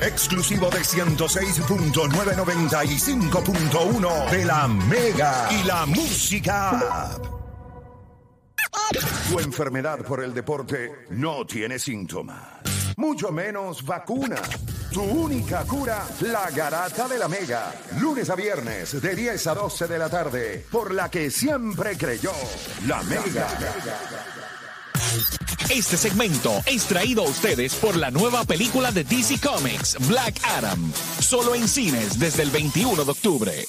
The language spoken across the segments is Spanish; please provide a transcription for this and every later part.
exclusivo de 106.995.1 de la Mega y la Música. Tu enfermedad por el deporte no tiene síntomas, mucho menos vacuna. Tu única cura, la garata de la Mega. Lunes a viernes, de 10 a 12 de la tarde, por la que siempre creyó, la Mega. Este segmento es traído a ustedes por la nueva película de DC Comics, Black Adam, solo en cines desde el 21 de octubre.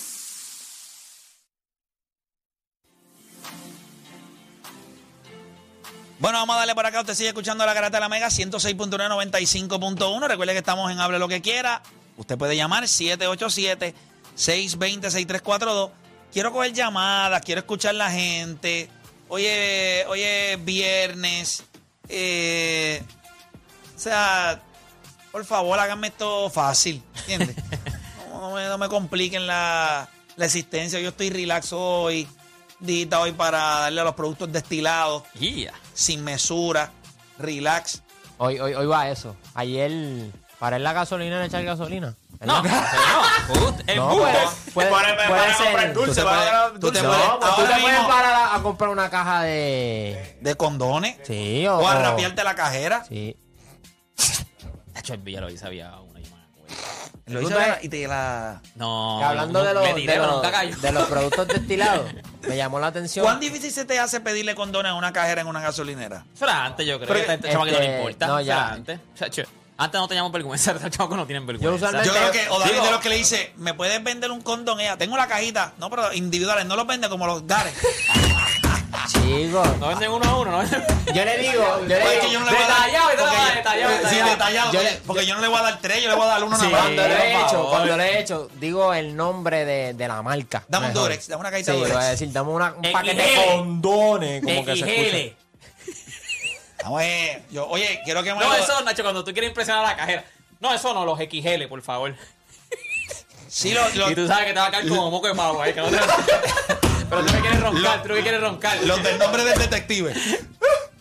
Bueno, vamos a darle por acá. Usted sigue escuchando la Garata de la Mega 106.995.1. Recuerde que estamos en Hable lo que quiera. Usted puede llamar 787-620-6342. Quiero coger llamadas, quiero escuchar la gente. Hoy es, hoy es viernes. Eh, o sea, por favor, háganme esto fácil. ¿Entiendes? no, no me, no me compliquen la, la existencia. Yo estoy relax hoy. Dita hoy para darle a los productos destilados Yeah. sin mesura, relax. Hoy, hoy, hoy va eso. Ayer paré en la gasolina en echar gasolina. ¿verdad? No, no, ut- el No, buque. puede- puede- puede ser. Tú va a comprar dulce, te puedes- tú te puedes- va a comprar pues Tú ahora te puedes mismo. parar a, a comprar una caja de. De condones. Sí, o. O a rapearte la cajera. Sí. Nacho, el Villa lo hice, había una y una, güey. Lo ¿Tú hizo te- la- y te la. No. Que hablando no, de, los, me tiré, de, pero los, nunca cayó. de los productos destilados, me llamó la atención. ¿Cuán difícil se te hace pedirle condones a una cajera en una gasolinera? Eso era antes, yo creo. Pero que este este- chamaquito no le importa. no, Eso era ya. antes. Chacho, antes no teníamos vergüenza, estos chamacos no tienen vergüenza. usualmente- Yo creo que, o David Digo- de los que le dice, ¿me puedes vender un condón? Ella, tengo la cajita. No, pero individuales, no los vende como los gares. Chicos. No venden uno a uno, ¿no? venden- Yo le digo. Yo le Porque Pues digo. es que yo no le voy a dar- Detallado, y todo, porque- detallado, Sí, detallado. detallado. Yo porque- le- porque yo no le voy a dar tres, yo le voy a dar uno Sí. nada Cuando más. lo he por hecho, favor. cuando lo he hecho, digo el nombre de, de la marca. Dame un Mejor. Durex, dame una Sí, cajita de voy a Durex. decir, dame una- un XL. paquete de condones. Como que se escucha. XL. Vamos, eh, yo, oye, quiero que me No, lo- eso, Nacho, cuando tú quieres impresionar a la cajera. No, eso no, los XL, por favor. Sí, lo- lo- Y tú sabes que te va a caer como moco de pavo ahí, que no te- Pero tú que quieres roncar, tú que quieres roncar. los del nombre del detective.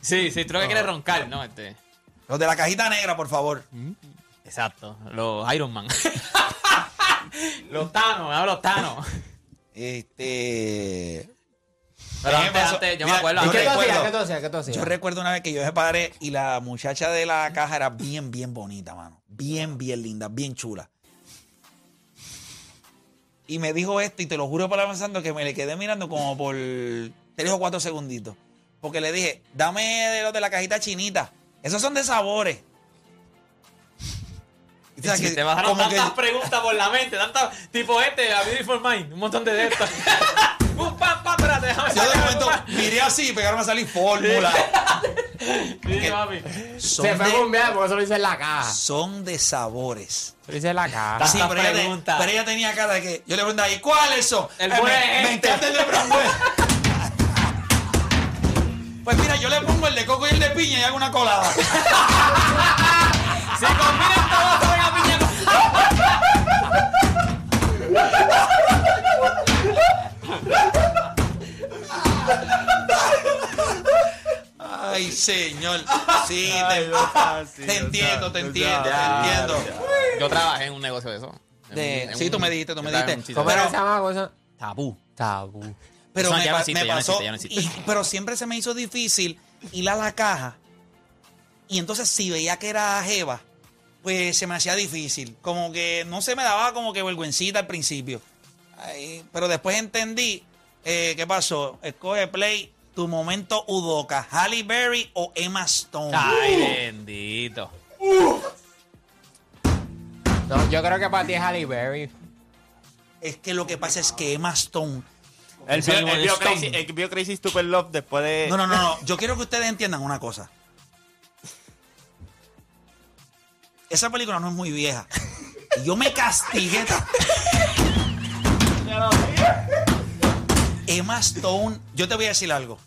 Sí, sí, tú que quieres roncar, no, este. Los de la cajita negra, por favor. Exacto, los Iron Man. los Thanos, me los Thanos. Este. Pero Ejemplo, antes, antes, yo me mira, acuerdo. yo ¿Y antes- qué tú hacías? recuerdo- ¿Qué tú hacías? ¿Qué tú hacías? Yo recuerdo una vez que yo dejé padre y la muchacha de la caja era bien, bien bonita, mano. Bien, bien linda, bien chula. Y me dijo esto, y te lo juro para pensando que me le quedé mirando como por tres o cuatro segunditos. Porque le dije, dame de los de la cajita chinita. Esos son de sabores. Y tú sabes Sí, que te bajaron como que- tantas preguntas por la mente, tantas, tipo este, a Beautiful Mind, un montón de estos. Un pam, pam, espérate, déjame yo de sacar momento una. miré así y pegaron a salir fórmula. Sí, mami. Son Se fue de- a bombear porque eso lo hice en la caja. Eso son de sabores. lo hice en la caja. Tantas Sí, pero ella, te- preguntas. pero ella tenía cara de que yo le preguntaba, ¿y cuáles son? El Eh, me, buen me este. encanta el de frambuesa. Pues mira, yo le pongo el de coco y el de piña y hago una colada. Si combinan todos, saben a piña colada. Ay, señor. Sí, te, ah, te entiendo, te entiendo, te entiendo. Yo trabajé en un negocio de eso. En De- un- en sí, tú un- me dijiste, tú me yo trabajé en dijiste. un ¿Cómo sitio. era Pero- esa mago? Eso- Tabú. Tabú. Pero Eso me, ya no pa- existe, me ya no pasó. existe, ya no existe. y- pero siempre se me hizo difícil ir a la caja. Y entonces, si veía que era Jeva, pues se me hacía difícil. Como que no se me daba como que vergüencita al principio. Ay, pero después entendí eh, qué pasó. Escoge play, tu momento Udoca, Halle Berry o Emma Stone. Ay, bendito. No, yo creo que para ti es Halle Berry. Es que lo que pasa es que Emma Stone. Él Sí, vio, él vio Stone. Crazy, él vio Crazy Stupid Love después de. No, no, no, no. Eh, Yo quiero que ustedes entiendan una cosa. Esa película no es muy vieja. Y Yo me castigué. ta- Emma Stone, yo te voy a decir algo.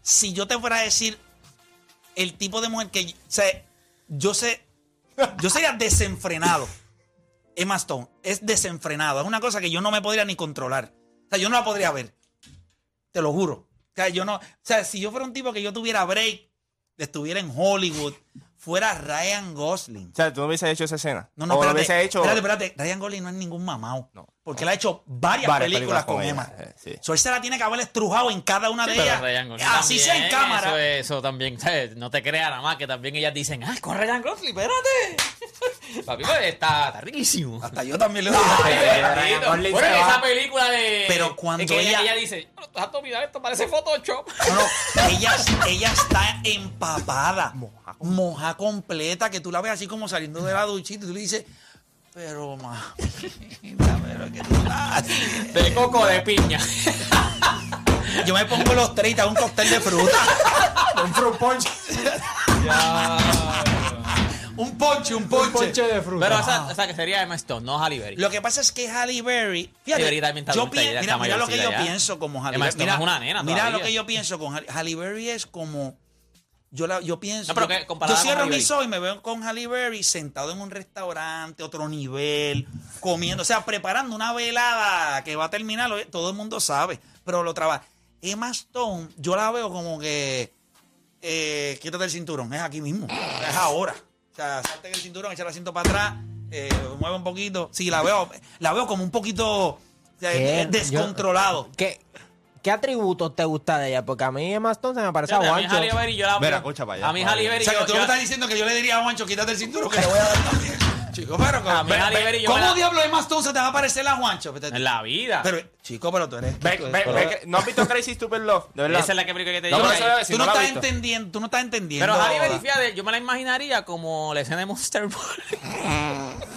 Si yo te fuera a decir el tipo de mujer que. O sea, yo sé. Yo sería desenfrenado. Emma Stone es desenfrenada. Es una cosa que yo no me podría ni controlar. O sea, yo no la podría ver. Te lo juro. O sea, yo no. O sea, si yo fuera un tipo que yo tuviera break, estuviera en Hollywood, fuera Ryan Gosling. O sea, tú no hubieses hecho esa escena. No, no, o lo espérate. hubieses hecho. Espérate, espérate. Ryan Gosling no es ningún mamao. No. Porque él ha hecho varias, Varias películas, películas con con Emma. ella, eh, sí. So, él se la tiene que haber estrujado en cada una de ellas. así sea en cámara. eh, Eso, es- eso también, ¿sabes? no te creas nada más que también ellas dicen, ¡ay, con Ryan Gosling, espérate! Papi, pues, está, está riquísimo. Hasta yo también le doy. Bendito. Gosling bueno, se va. esa película de. Pero cuando es que ella- Ah. ella, ella dice, "No, estás abdominal, esto parece Photoshop. No, no, ella, ella está empapada, moja, completa, que tú la ves así como saliendo de la duchita y tú le dices, pero ma, pero que tú estás haciendo?". De coco de piña. Yo me pongo los 30, un cóctel de fruta, Un fruit punch. un ponche, un ponche. de Pero esa, esa que sería Emma Stone, no Halle Berry. Lo que pasa es que Halle Berry, fíjate, Halle Berry también está yo adulta, pien- ella mira, está mira lo que yo mayorcita ya. pienso como Halle Emma Berry. Stone Mira, es una nena mira todavía. lo que yo pienso con Halle, Halle Berry es como yo la yo pienso, No, pero yo- que comparada yo con cierro Halle mis Berry. ojos y me veo con Halle Berry sentado en un restaurante, otro nivel, comiendo, o sea, preparando una velada que va a terminar, lo- todo el mundo sabe, pero lo trabaja. Emma Stone, yo la veo como que eh, quítate el cinturón, es aquí mismo, es ahora. O sea, salte el cinturón, echa el asiento para atrás, eh, mueve un poquito. Sí, la veo, la veo como un poquito o sea, eh, ¿Qué? descontrolado. ¿Qué, ¿Qué atributos te gusta de ella? Porque a mí Emma Stone se me parece a Fíjate, a mí Halle Juancho. Berry yo la Mira, escucha para allá, A mí para Halle allá. o Berry sea, que yo, tú yo- me estás diciendo que yo le diría a Juancho, quítate el cinturón que le voy a dar también. Chico, pero A mí ve- Halle ve- Berry yo ¿cómo me la- diablo Emma Stone se te va a parecer a Juancho? Pero, en la vida. pero, chico, pero tú eres... Ve- tú ve- eres- ve que- ¿No has visto Crazy Stupid Love? De verdad. Esa es la que película que te No, digo. pero eso es- si tú no la no, has estás visto. entendiendo, tú no estás entendiendo. Pero Halle Berry, fíjate, yo me la imaginaría como la escena de Monster Ball.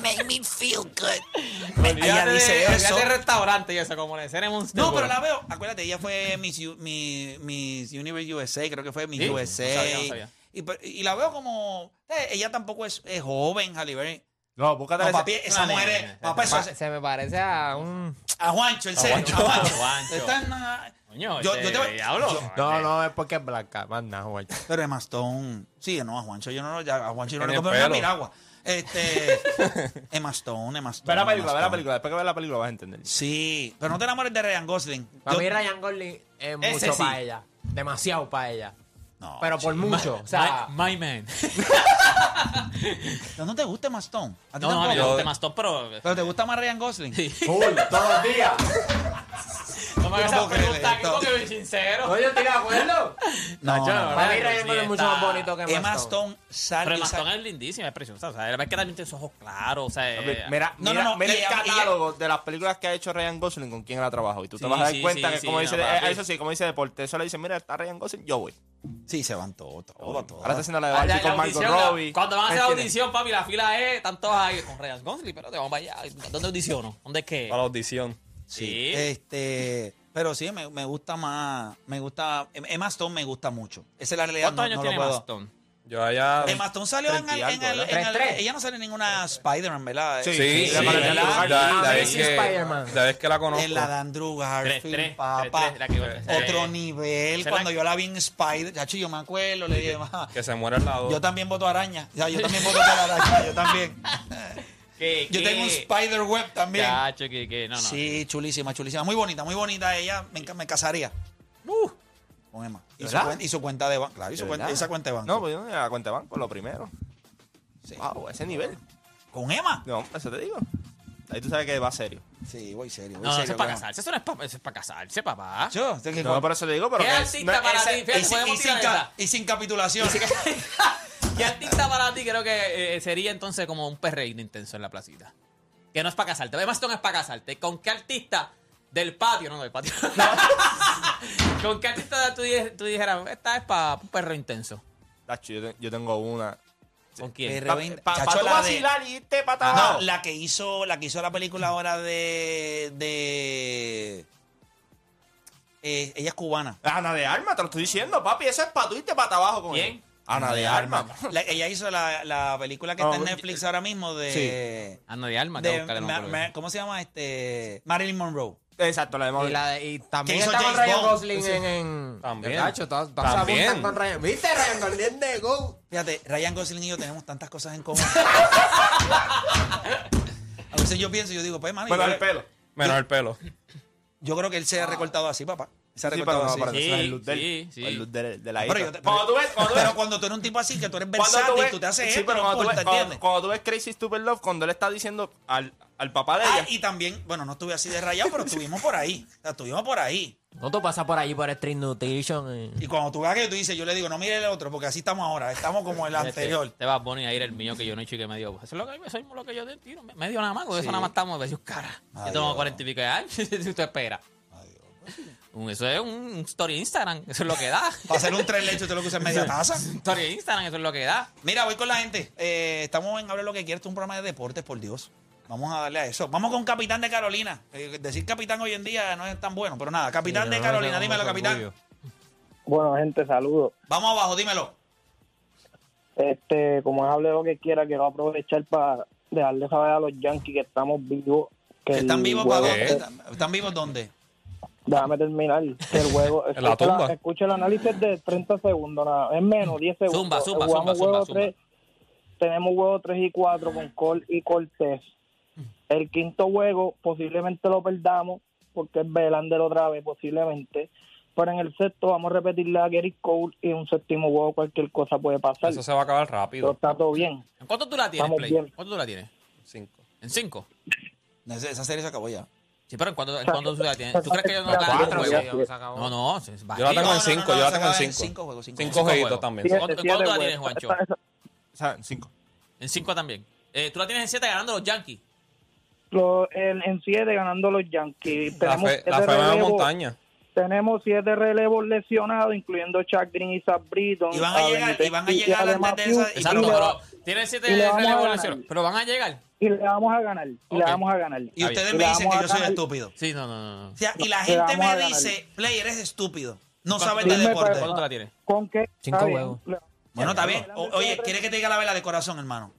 Make me feel good. Olvídate de- dice olvídate eso. de restaurante y eso, como la escena de Monster No, Ball. pero la veo. Acuérdate, ella fue Miss, U- mi- Miss Universe USA, creo que fue Miss Sí, no USA. sabía, no sabía. Y, pe- y la veo como. eh, Ella tampoco es, es joven, Halle Berry. No, búscate No, la papi, esa no, mujer no, es. no, no, papá, eso Pa- es- Se me parece a un... A Juancho, en serio. Juancho, A Juancho. a Juancho. Está en una- Coño, Yo- este yo te voy- diablo. No, no, es porque es blanca. Más nada, Juancho. Pero es Mastón. Sí, no, a Juancho yo no lo. ya- A Juancho yo no Tiene le compro pelo. una piragua. Este. Emma Stone, Emma Stone. Ve la Emma película, ve la Stone. película. Después que veas la película vas a entender. Sí, pero no te enamores de Ryan Gosling. Para Yo- mí Ryan Gosling es mucho sí. para ella. Demasiado para ella. No, Pero por mucho. O sea, My, my man. ¿No no te gusta Emma Stone? ¿A ti No, no, tampoco? yo te mastó, pero. ¿Pero te gusta más Ryan Gosling? full, todos los días. No me hagas Yo no esa puedo creer pregunta, que esto. tengo que ser sincero. Oye, ¿estoy de No, acuerdo? Nacho, no. Para mí Pero Ryan sí Gosling es mucho está- más bonito que Emma Emma Stone. Stone sal- Pero el sal- mastón es lindísima, es preciosa. O sea, la verdad es que también tiene sus ojos claros. O sea, eh, Mira, No, mira, no, no, mira y el ella- catálogo de las películas que ha hecho Ryan Gosling con quién él ha trabajado. Y tú Sí, te vas a dar sí, cuenta sí, que, sí, como no, dice, eh, papi. eso sí, como dice deporte, eso le dicen, mira, está Ryan Gosling, yo voy. Sí, se van todos, todos, todos. Ahora está haciendo la de Ah, Barbie ya, con la Margot audición, la- Robbie. Cuando van a hacer la ¿Entiendes? audición, papi, la fila es, están todos ahí con Ryan Gosling, pero te vamos para allá. ¿Dónde audiciono? ¿Dónde es que? Para la audición. Sí. Este, pero sí, me, me gusta más, me gusta, Emma Stone me gusta mucho. Esa es la realidad. ¿Cuántos no- años no lo tiene puedo- Mastón? Yo allá. Emma Stone salió en, el, 30 y en el- algo, en el- 33. ella no sale en ninguna Spider-Man, ¿verdad? Sí, Sí, sí, sí, la- la, la- la- la- la vez que, Spider-Man. la vez que la conozco. En la de Andrew Garfield, 3-3. papá. Otro niño. nivel. Será- Cuando yo la vi en Spider, chacho, yo me acuerdo, le dije, "Ma, que se muere al lado. yo también voto araña. Ya, yo también voto para la araña, yo también. Yo tengo un Spider-Web también. Cacho, que, que no, no. Sí, chulísima, chulísima. Muy bonita, muy bonita ella. Me, enca- me casaría. Con Emma. Y su, verdad? cuen- y su cuenta de banco. Claro, y su ¿De cuenta, verdad? esa cuenta de banco. No, pues yo no la cuenta de banco, lo primero. Sí. Wow, ese nivel. ¿Con Emma? No, eso te digo. Ahí tú sabes que va serio. Sí, voy serio. Voy No, eso serio es con para Emma. casarse. Eso no es para, eso es para casarse, papá. Yo, sé que No, con- por eso te digo, pero ¿Qué que- artista no- para ese- ti? Fíjate, y, sin, podemos y sin tirar ca- esa. y sin capitulación. ¿Qué ¿Qué artista para ti creo que eh, sería entonces como un perreíno intenso en la placita? Que no es para casarte. Además, esto no es para casarte. ¿Con qué artista del patio? No, no, del patio. ¿Con qué artista tú, di- tú dijeras, esta es para un perreo intenso? Tacho, yo, te- yo tengo una. ¿Con quién? Perreo. Para Eh, in- pa, pa Chacho, tú la de- vacilar y irte Ah, para No, abajo. la que hizo, la que hizo la película ahora de. de. eh, ella es cubana. Ana de Arma, te lo estoy diciendo, papi. Eso es para tú irte para abajo con ¿Quién? él. Ana de Arma. La- ella hizo la, la película que No, está en yo- Netflix ahora mismo de. Ah, no, de alma. de que buscarle Ma- nombre. Ma- ¿Cómo se llama? Este. Marilyn Monroe. Exacto, la de Y, Marvel. la- y también hizo está con James Ryan Bond. Gosling en, en- También. Tacho, todas- todas se También. apuntan con Ryan. ¿Viste Ryan Gosling de Go? Fíjate, Ryan Gosling y yo tenemos tantas cosas en común. A veces yo pienso y yo digo, pues, mano, Menos yo, el pelo. Menos el pelo. yo creo que él se ha recortado así, papá. Se ha Sí, recortado pero no, así. pero eso es Sí, el look del- sí, sí. el look de, de la Pero hija. yo te- cuando tú ves, cuando tú ves, Pero cuando tú eres un tipo así, que tú eres cuando versátil, tú tú, ves, te haces sí, esto, pero no cuando, tú importa, ves, cuando, ¿entiendes? cuando tú ves Crazy Stupid Love, cuando él está diciendo al, al papá de Ah, ella, y también, bueno, no estuve así de rayado, pero estuvimos por ahí. O sea, estuvimos por ahí. No, tú pasas por allí por Street Nutrition. eh. Y cuando tú veas que tú dices, yo le digo, no mire el otro, porque así estamos ahora. Estamos como Este, el anterior. Te vas Bonnie a ir el mío que yo no he hecho y que me dio. Eso es lo que, eso es lo que yo te tiro. me- Medio nada más, con eso nada más estamos. Dios, cara. Yo tengo cuarenta y pico de años. Si tú esperas. Un- Eso es un un story de Instagram. Eso es lo que da. Para hacer un tres leches, usted lo que usa es media taza. Story de Instagram, eso es lo que da. Mira, voy con la gente. Eh, estamos en Hable lo que quieras, esto es un programa de deportes, por Dios. Vamos a darle a eso. Vamos con Capitán de Carolina. Eh, decir Capitán hoy en día no es tan bueno, pero nada. Capitán de Carolina, dímelo, Capitán. Bueno, gente, saludos. Vamos abajo, dímelo. Este, como es hable lo que quiera, quiero aprovechar para dejarle saber a los Yankees que estamos vivos. Que Que el ¿Están vivos juego- para dónde? ¿Están vivos dónde? Déjame terminar. Que el juego. En la tumba. escucha el análisis de 30 segundos, nada. Es menos, 10 segundos. Zumba, zumba, Jugamos zumba, juego zumba, tres- tenemos huevo 3 y 4 con Col y Cortés. El quinto juego posiblemente lo perdamos porque es Belander otra vez, posiblemente. Pero en el sexto vamos a repetirle a Gary Cole y en un séptimo juego cualquier cosa puede pasar. Eso se va a acabar Pero rápido. está todo bien. ¿En cuánto tú la tienes, Estamos Play? bien. ¿Cuánto tú la tienes? Cinco. ¿En cinco? Esa esa serie se acabó ya. Sí, pero ¿en cuánto, en cuánto tú la tienes? ¿Tú crees que yo no la Cuatro, tengo en sí, juego? se acabó. No, no. es- es Yo la tengo No, en no, no, cinco, no, yo la se tengo en acaba en cinco. cinco juegos, cinco Cinco juegos. jueguitos Cinco también. Siete, ¿Cuánto- siete cuánto la juegos. tienes, Juancho? Esa- esa- o sea, cinco. En cinco también. Eh, tú la tienes en siete ganando los Yankees. lo- en, en siete ganando los Yankees. La Tenemos fe, la siete fe va en relevos- montaña. Tenemos siete relevos lesionados, incluyendo Chuck Green y Zach Britton. Y van a llegar- Benítez y van a y llegar Allen antes de esa- Matthews, Exacto, y, le, pero tienen siete y le vamos a relevos ganar. lesionados. Pero van a llegar. y le vamos a ganar. Y Ok. le vamos a ganar. Y ustedes Y me le dicen vamos que a yo soy ganar. estúpido. Sí, no, no, no. no. O sea, y la Le gente vamos a me ganar. dice, Play, eres estúpido. No sabes de Dime, deporte. pero- ¿Cuánto la tienes? ¿Con qué? Ah, Cinco Está bien. juegos. Le- Bueno, está bien. O- oye, ¿quieres que te diga la vela de corazón, hermano?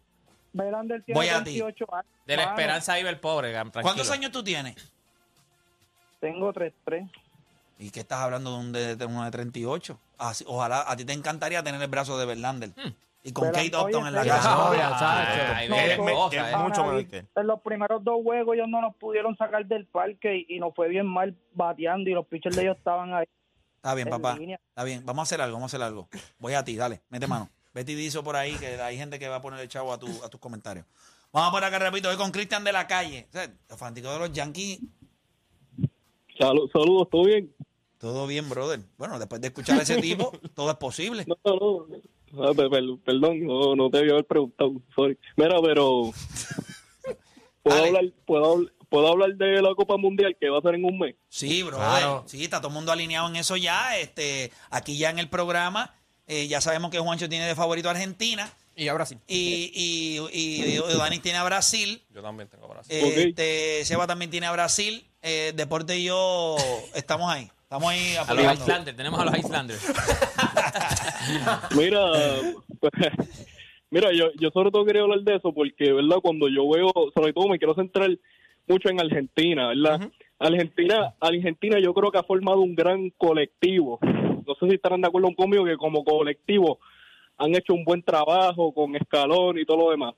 Verlander tiene Voy a ti. 28 años. De la Mano, esperanza vive el pobre, Gam, tranquilo. ¿Cuántos años tú tienes? Tengo 3-3. ¿Y qué estás hablando de, un de, de uno de 38? Ah, sí, ojalá a ti te encantaría tener el brazo de Verlander. Y con Pero, Kate Upton oye, en la sí. Ah, casa. Ahora, Chacho. Ay, No, ve, no, cosa, no, eh. no, no. Mucho Ahora, mejor que él. En los primeros dos juegos ellos no nos pudieron sacar del parque y, y nos fue bien mal bateando y los pitchers de ellos estaban ahí. Está bien, en papá. línea. Está bien. Vamos a hacer algo, vamos a hacer algo. Voy a ti, dale, mete mano. Vete y dice por ahí que hay gente que va a poner el chavo a, tu- a tus comentarios. Vamos por acá, repito, hoy con Cristian de la calle. O sea, los fanáticos de los Yankees, saludos, ¿todo bien? todo bien, brother. Bueno, después de escuchar a ese tipo, todo es posible. No, no, no. Ah, per- per- perdón, no, no te debía haber preguntado, sorry. Mira, pero puedo Dale. hablar, puedo, habl- puedo hablar de la Copa Mundial que va a ser en un mes. Sí, bro. Claro. Sí, está todo el mundo alineado en eso ya. Este, aquí ya en el programa, eh, ya sabemos que Juancho tiene de favorito a Argentina Y ahora sí. y, y, y- y Dani tiene a Brasil. Yo también tengo ahora sí. eh, Este, Seba también tiene a Brasil. eh, Deporte y yo estamos ahí. Estamos ahí A los apoyando. Islanders, tenemos a los Islanders. Mira, mira, yo, yo sobre todo quería hablar de eso porque, ¿verdad? Cuando yo veo, sobre todo me quiero centrar mucho en Argentina, ¿verdad? Argentina, Argentina yo creo que ha formado un gran colectivo. No sé si estarán de acuerdo conmigo que como colectivo han hecho un buen trabajo con Escalón y todo lo demás.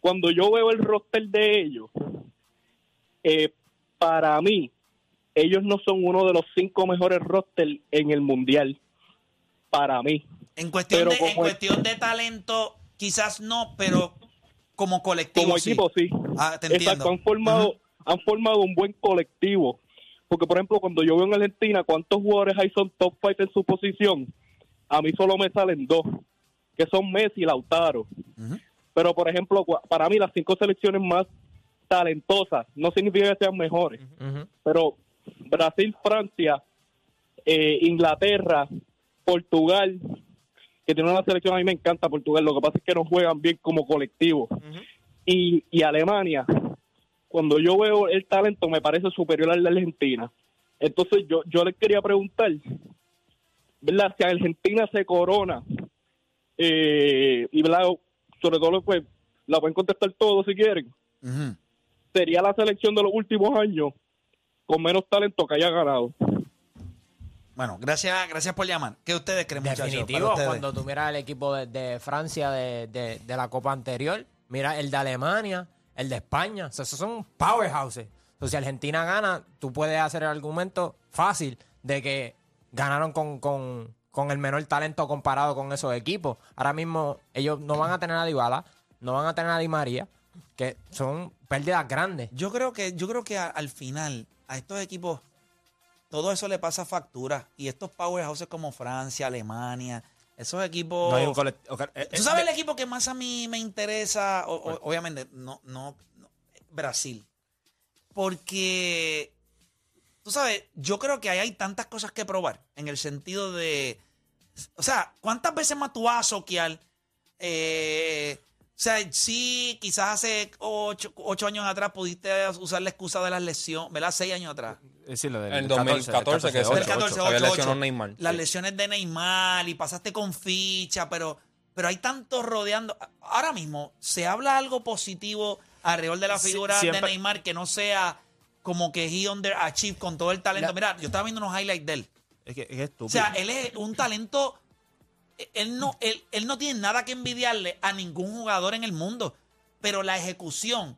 Cuando yo veo el roster de ellos, eh, para mí, ellos no son uno de los cinco mejores roster en el mundial. Para mí. En cuestión, Pero de, en como- cuestión de talento, quizás no, pero como colectivo. como sí. equipo sí. Ah, te entiendo. Exacto, han formado, han formado un buen colectivo. Porque, por ejemplo, cuando yo veo en Argentina cuántos jugadores hay son top fight en su posición, a mí solo me salen dos. que son Messi y Lautaro. Pero, por ejemplo, cua- para mí las cinco selecciones más talentosas, no significa que sean mejores, pero Brasil, Francia, eh, Inglaterra, Portugal, que tiene una selección, a mí me encanta Portugal, lo que pasa es que no juegan bien como colectivo. y, y Alemania, cuando yo veo el talento, me parece superior al de Argentina. Entonces yo, yo les quería preguntar, ¿verdad? Si Argentina se corona, eh, y ¿verdad? sobre todo pues, la pueden contestar todos si quieren, sería la selección de los últimos años con menos talento que haya ganado. Bueno, gracias, gracias por llamar. ¿Qué ustedes creen, muchachos? para Definitivo, ustedes? cuando tú miras el equipo de, de Francia de, de- de la Copa anterior, mira el de Alemania, el de España, o sea, esos son powerhouses. O sea, si Argentina gana, tú puedes hacer el argumento fácil de que ganaron con, con- con el menor talento comparado con esos equipos. Ahora mismo ellos no van a tener a Dybala, no van a tener a Di María, que son pérdidas grandes. Yo creo que, yo creo que a- al final, a estos equipos, todo eso le pasa factura. Y estos powerhouses como Francia, Alemania, esos equipos. No hay un colect- ok, eh, eh, ¿Tú sabes de- el equipo que más a mí me interesa? O- o- obviamente, no, no, no, Brasil. Porque, tú sabes, yo creo que ahí hay tantas cosas que probar. En el sentido de. O sea, ¿cuántas veces más tú vas a soquear? Eh, o sea, sí, quizás hace ocho, ocho años atrás pudiste usar la excusa de las lesiones, ¿verdad? Seis años atrás. Eh, Sí, lo del En 2014, que Del ocho, 14, ocho, había ocho, lesionado ocho. Neymar. Las Sí. lesiones de Neymar y pasaste con ficha, pero, pero hay tantos rodeando. Ahora mismo, ¿se habla algo positivo alrededor de la Sí, figura de siempre- Neymar que no sea como que he underachieved con todo el talento? Mira, yo estaba viendo unos highlights de él. Es que es estúpido. O sea, él es un talento. Él no, él, él no tiene nada que envidiarle a ningún jugador en el mundo. Pero la ejecución.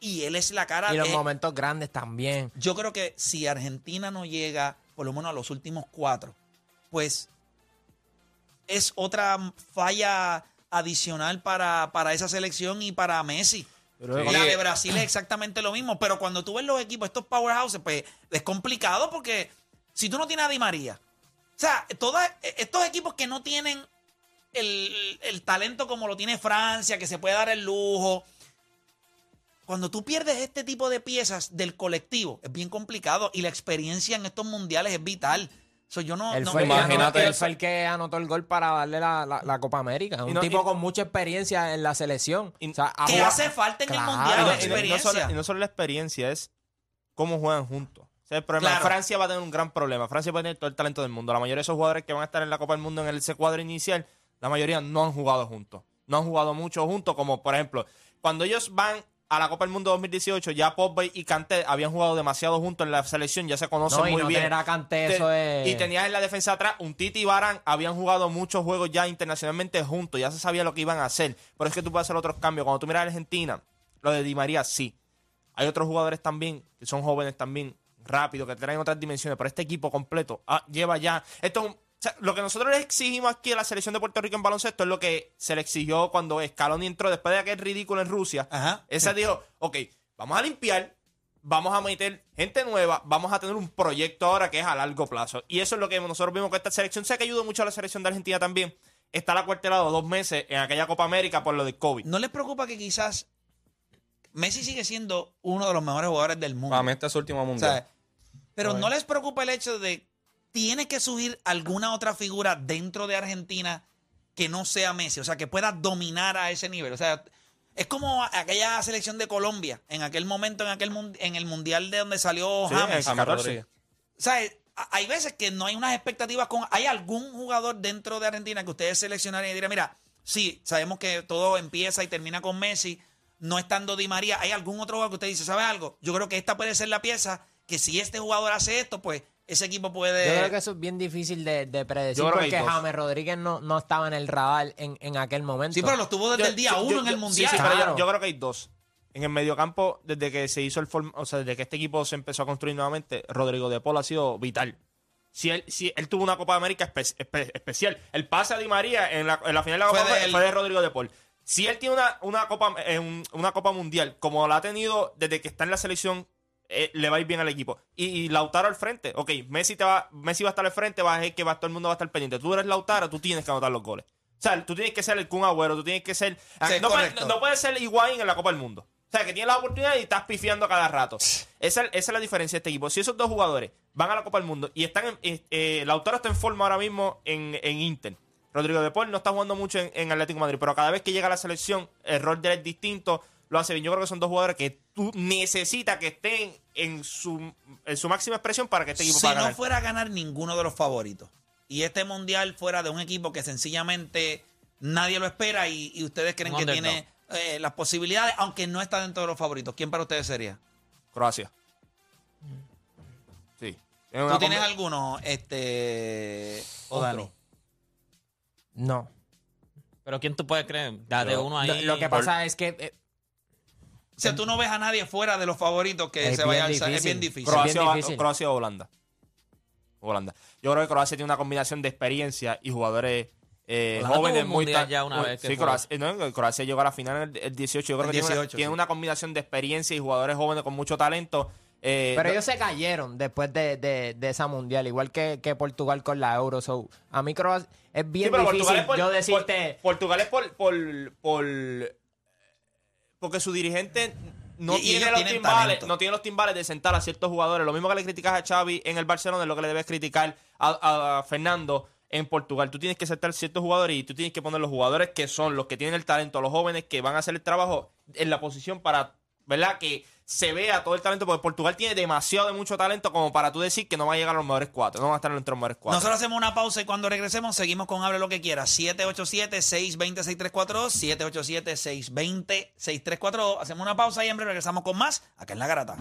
Y él es la cara Y los eh, momentos grandes también. Yo creo que si Argentina no llega, por lo menos a los últimos cuatro, pues es otra falla adicional para, para esa selección y para Messi. Sí. La de Brasil es exactamente lo mismo, pero cuando tú ves los equipos, estos powerhouses, pues es complicado porque si tú no tienes a Di María, o sea, todos estos equipos que no tienen el, el talento como lo tiene Francia, que se puede dar el lujo, cuando tú pierdes este tipo de piezas del colectivo, es bien complicado y la experiencia en estos mundiales es vital. So, yo no, Él, no- fue el que imagínate. anotó- él fue el que anotó el gol para darle la, la- la Copa América. Un no- tipo y- con mucha experiencia en la selección. y- O sea, ha que jugado- hace falta en Claro. el Y mundial la no- y no- y no, solo, experiencia. y no solo la experiencia, es cómo juegan juntos. O sea, el problema, Claro. Francia va a tener un gran problema. Francia va a tener todo el talento del mundo. La mayoría de esos jugadores que van a estar en la Copa del Mundo en ese cuadro inicial, la mayoría no han jugado juntos. No han jugado mucho juntos, como por ejemplo, cuando ellos van a la Copa del Mundo 2018, ya Pogba y Kanté habían jugado demasiado juntos en la selección, ya se conocen No, y muy no bien. tener a Kanté, Te- eso es- Y tenías en la defensa atrás un Titi y Barán, habían jugado muchos juegos ya internacionalmente juntos, ya se sabía lo que iban a hacer. Pero es que tú puedes hacer otros cambios. Cuando tú miras a Argentina, lo de Di María sí. Hay otros jugadores también, que son jóvenes también, rápidos, que traen otras dimensiones, pero este equipo completo ah, lleva ya. Esto es un- o sea, lo que nosotros le exigimos aquí a la selección de Puerto Rico en baloncesto es lo que se le exigió cuando Scaloni entró después de aquel ridículo en Rusia. Ajá. Esa dijo, ok, vamos a limpiar, vamos a meter gente nueva, vamos a tener un proyecto ahora que es a largo plazo. Y eso es lo que nosotros vimos con esta selección. Sé que ayudó mucho a la selección de Argentina también. Está la cuartelada dos meses en aquella Copa América por lo de COVID. ¿No les preocupa que quizás Messi sigue siendo uno de los mejores jugadores del mundo? Para mí este es su último O mundial. sea, pero no les preocupa el hecho de tiene que subir alguna otra figura dentro de Argentina que no sea Messi, o sea, que pueda dominar a ese nivel. O sea, es como aquella selección de Colombia en aquel momento, en aquel mun- en el mundial de donde salió Sí, James. en James 14. Rodríguez. O sea, eh, a- hay veces que no hay unas expectativas con. ¿Hay algún jugador dentro de Argentina que ustedes seleccionarían y dirían, mira, sí, sabemos que todo empieza y termina con Messi, no estando Di María? ¿Hay algún otro jugador que usted dice, ¿sabe algo? Yo creo que esta puede ser la pieza que si este jugador hace esto, pues ese equipo puede. Yo creo que eso es bien difícil de, de predecir eh, Yo creo que hay porque dos. James Rodríguez no, no estaba en el radar en, en aquel momento. Sí, pero los tuvo desde Yo- el día yo- uno yo- en el yo- mundial. sí, sí, pero yo- Claro. yo, creo que hay dos. En el mediocampo, desde que se hizo el form- o sea, desde que este equipo se empezó a construir nuevamente, Rodrigo de Paul ha sido vital. Si él, si él tuvo una Copa de América espe- espe- especial, el pase a Di María en la, en la final de la Fue Copa de fue, él. fue de Rodrigo de Paul. Si él tiene una, una, Copa, eh, un- una Copa Mundial, como la ha tenido desde que está en la selección, eh, le va a ir bien al equipo. Y, y Lautaro al frente, ok, Messi, te va, Messi va a estar al frente, va a ser que va, todo el mundo va a estar pendiente. Tú eres Lautaro, tú tienes que anotar los goles. O sea, tú tienes que ser el Kun Agüero, tú tienes que ser... ah, Sí, no, puedes, correcto. no puedes ser Higuaín en la Copa del Mundo. O sea, que tienes la oportunidad y estás pifiando a cada rato. Esa, esa es la diferencia de este equipo. Si esos dos jugadores van a la Copa del Mundo y están en... eh, eh, el autor está en forma ahora mismo en, en Inter. Rodrigo de Paul no está jugando mucho en, en Atlético de Madrid, pero cada vez que llega a la selección, el rol de él es distinto. Lo hace bien. Yo creo que son dos jugadores que tú necesitas que estén en su, en su máxima expresión para que este equipo si pueda no ganar. fuera a ganar ninguno de los favoritos y este mundial fuera de un equipo que sencillamente nadie lo espera y, y ustedes creen que Un underdog. tiene eh, las posibilidades, aunque no está dentro de los favoritos, ¿quién para ustedes sería? Croacia. Sí. Es ¿Tú una tienes combi- alguno, este, o Dani? No. Pero ¿quién tú puedes creer? Date uno ahí. Lo, lo que pasa es que eh, O sea, tú no ves a nadie fuera de los favoritos que Es se vaya a bien alzar. Es bien difícil. difícil. Pero- Croacia, bien va- difícil. Croacia o Holanda. Holanda. Yo creo que Croacia tiene una combinación de experiencia y jugadores eh, Holanda jóvenes tuvo un muy mundial ta- ya una muy- vez que Sí, fue. Croacia, eh, no, Croacia llegó a la final en el, el 18. Yo creo El que tiene una- 18, tiene sí. una combinación de experiencia y jugadores jóvenes con mucho talento. Eh, Pero no- ellos se cayeron después de, de- de esa mundial, igual que, que Portugal con la Euro. So, a mí Croacia es Sí, bien pero Portugal difícil es por- yo por- decirte. Portugal es por, por, por- Porque su dirigente no Y- y tiene ellos los tienen timbales, talento. no tiene los timbales de sentar a ciertos jugadores. Lo mismo que le criticas a Xavi en el Barcelona es lo que le debes criticar a, a Fernando en Portugal. Tú tienes que sentar ciertos jugadores y tú tienes que poner los jugadores que son los que tienen el talento, los jóvenes que van a hacer el trabajo en la posición para, ¿verdad? Que se vea todo el talento, porque Portugal tiene demasiado de mucho talento como para tú decir que no va a llegar a los mejores cuatro, no va a estar entre los mejores cuatro. Nosotros hacemos una pausa y cuando regresemos seguimos con Hable lo que quiera. 787-620-6342. 787-620-6342. Hacemos una pausa y en breve regresamos con más acá en La Garata.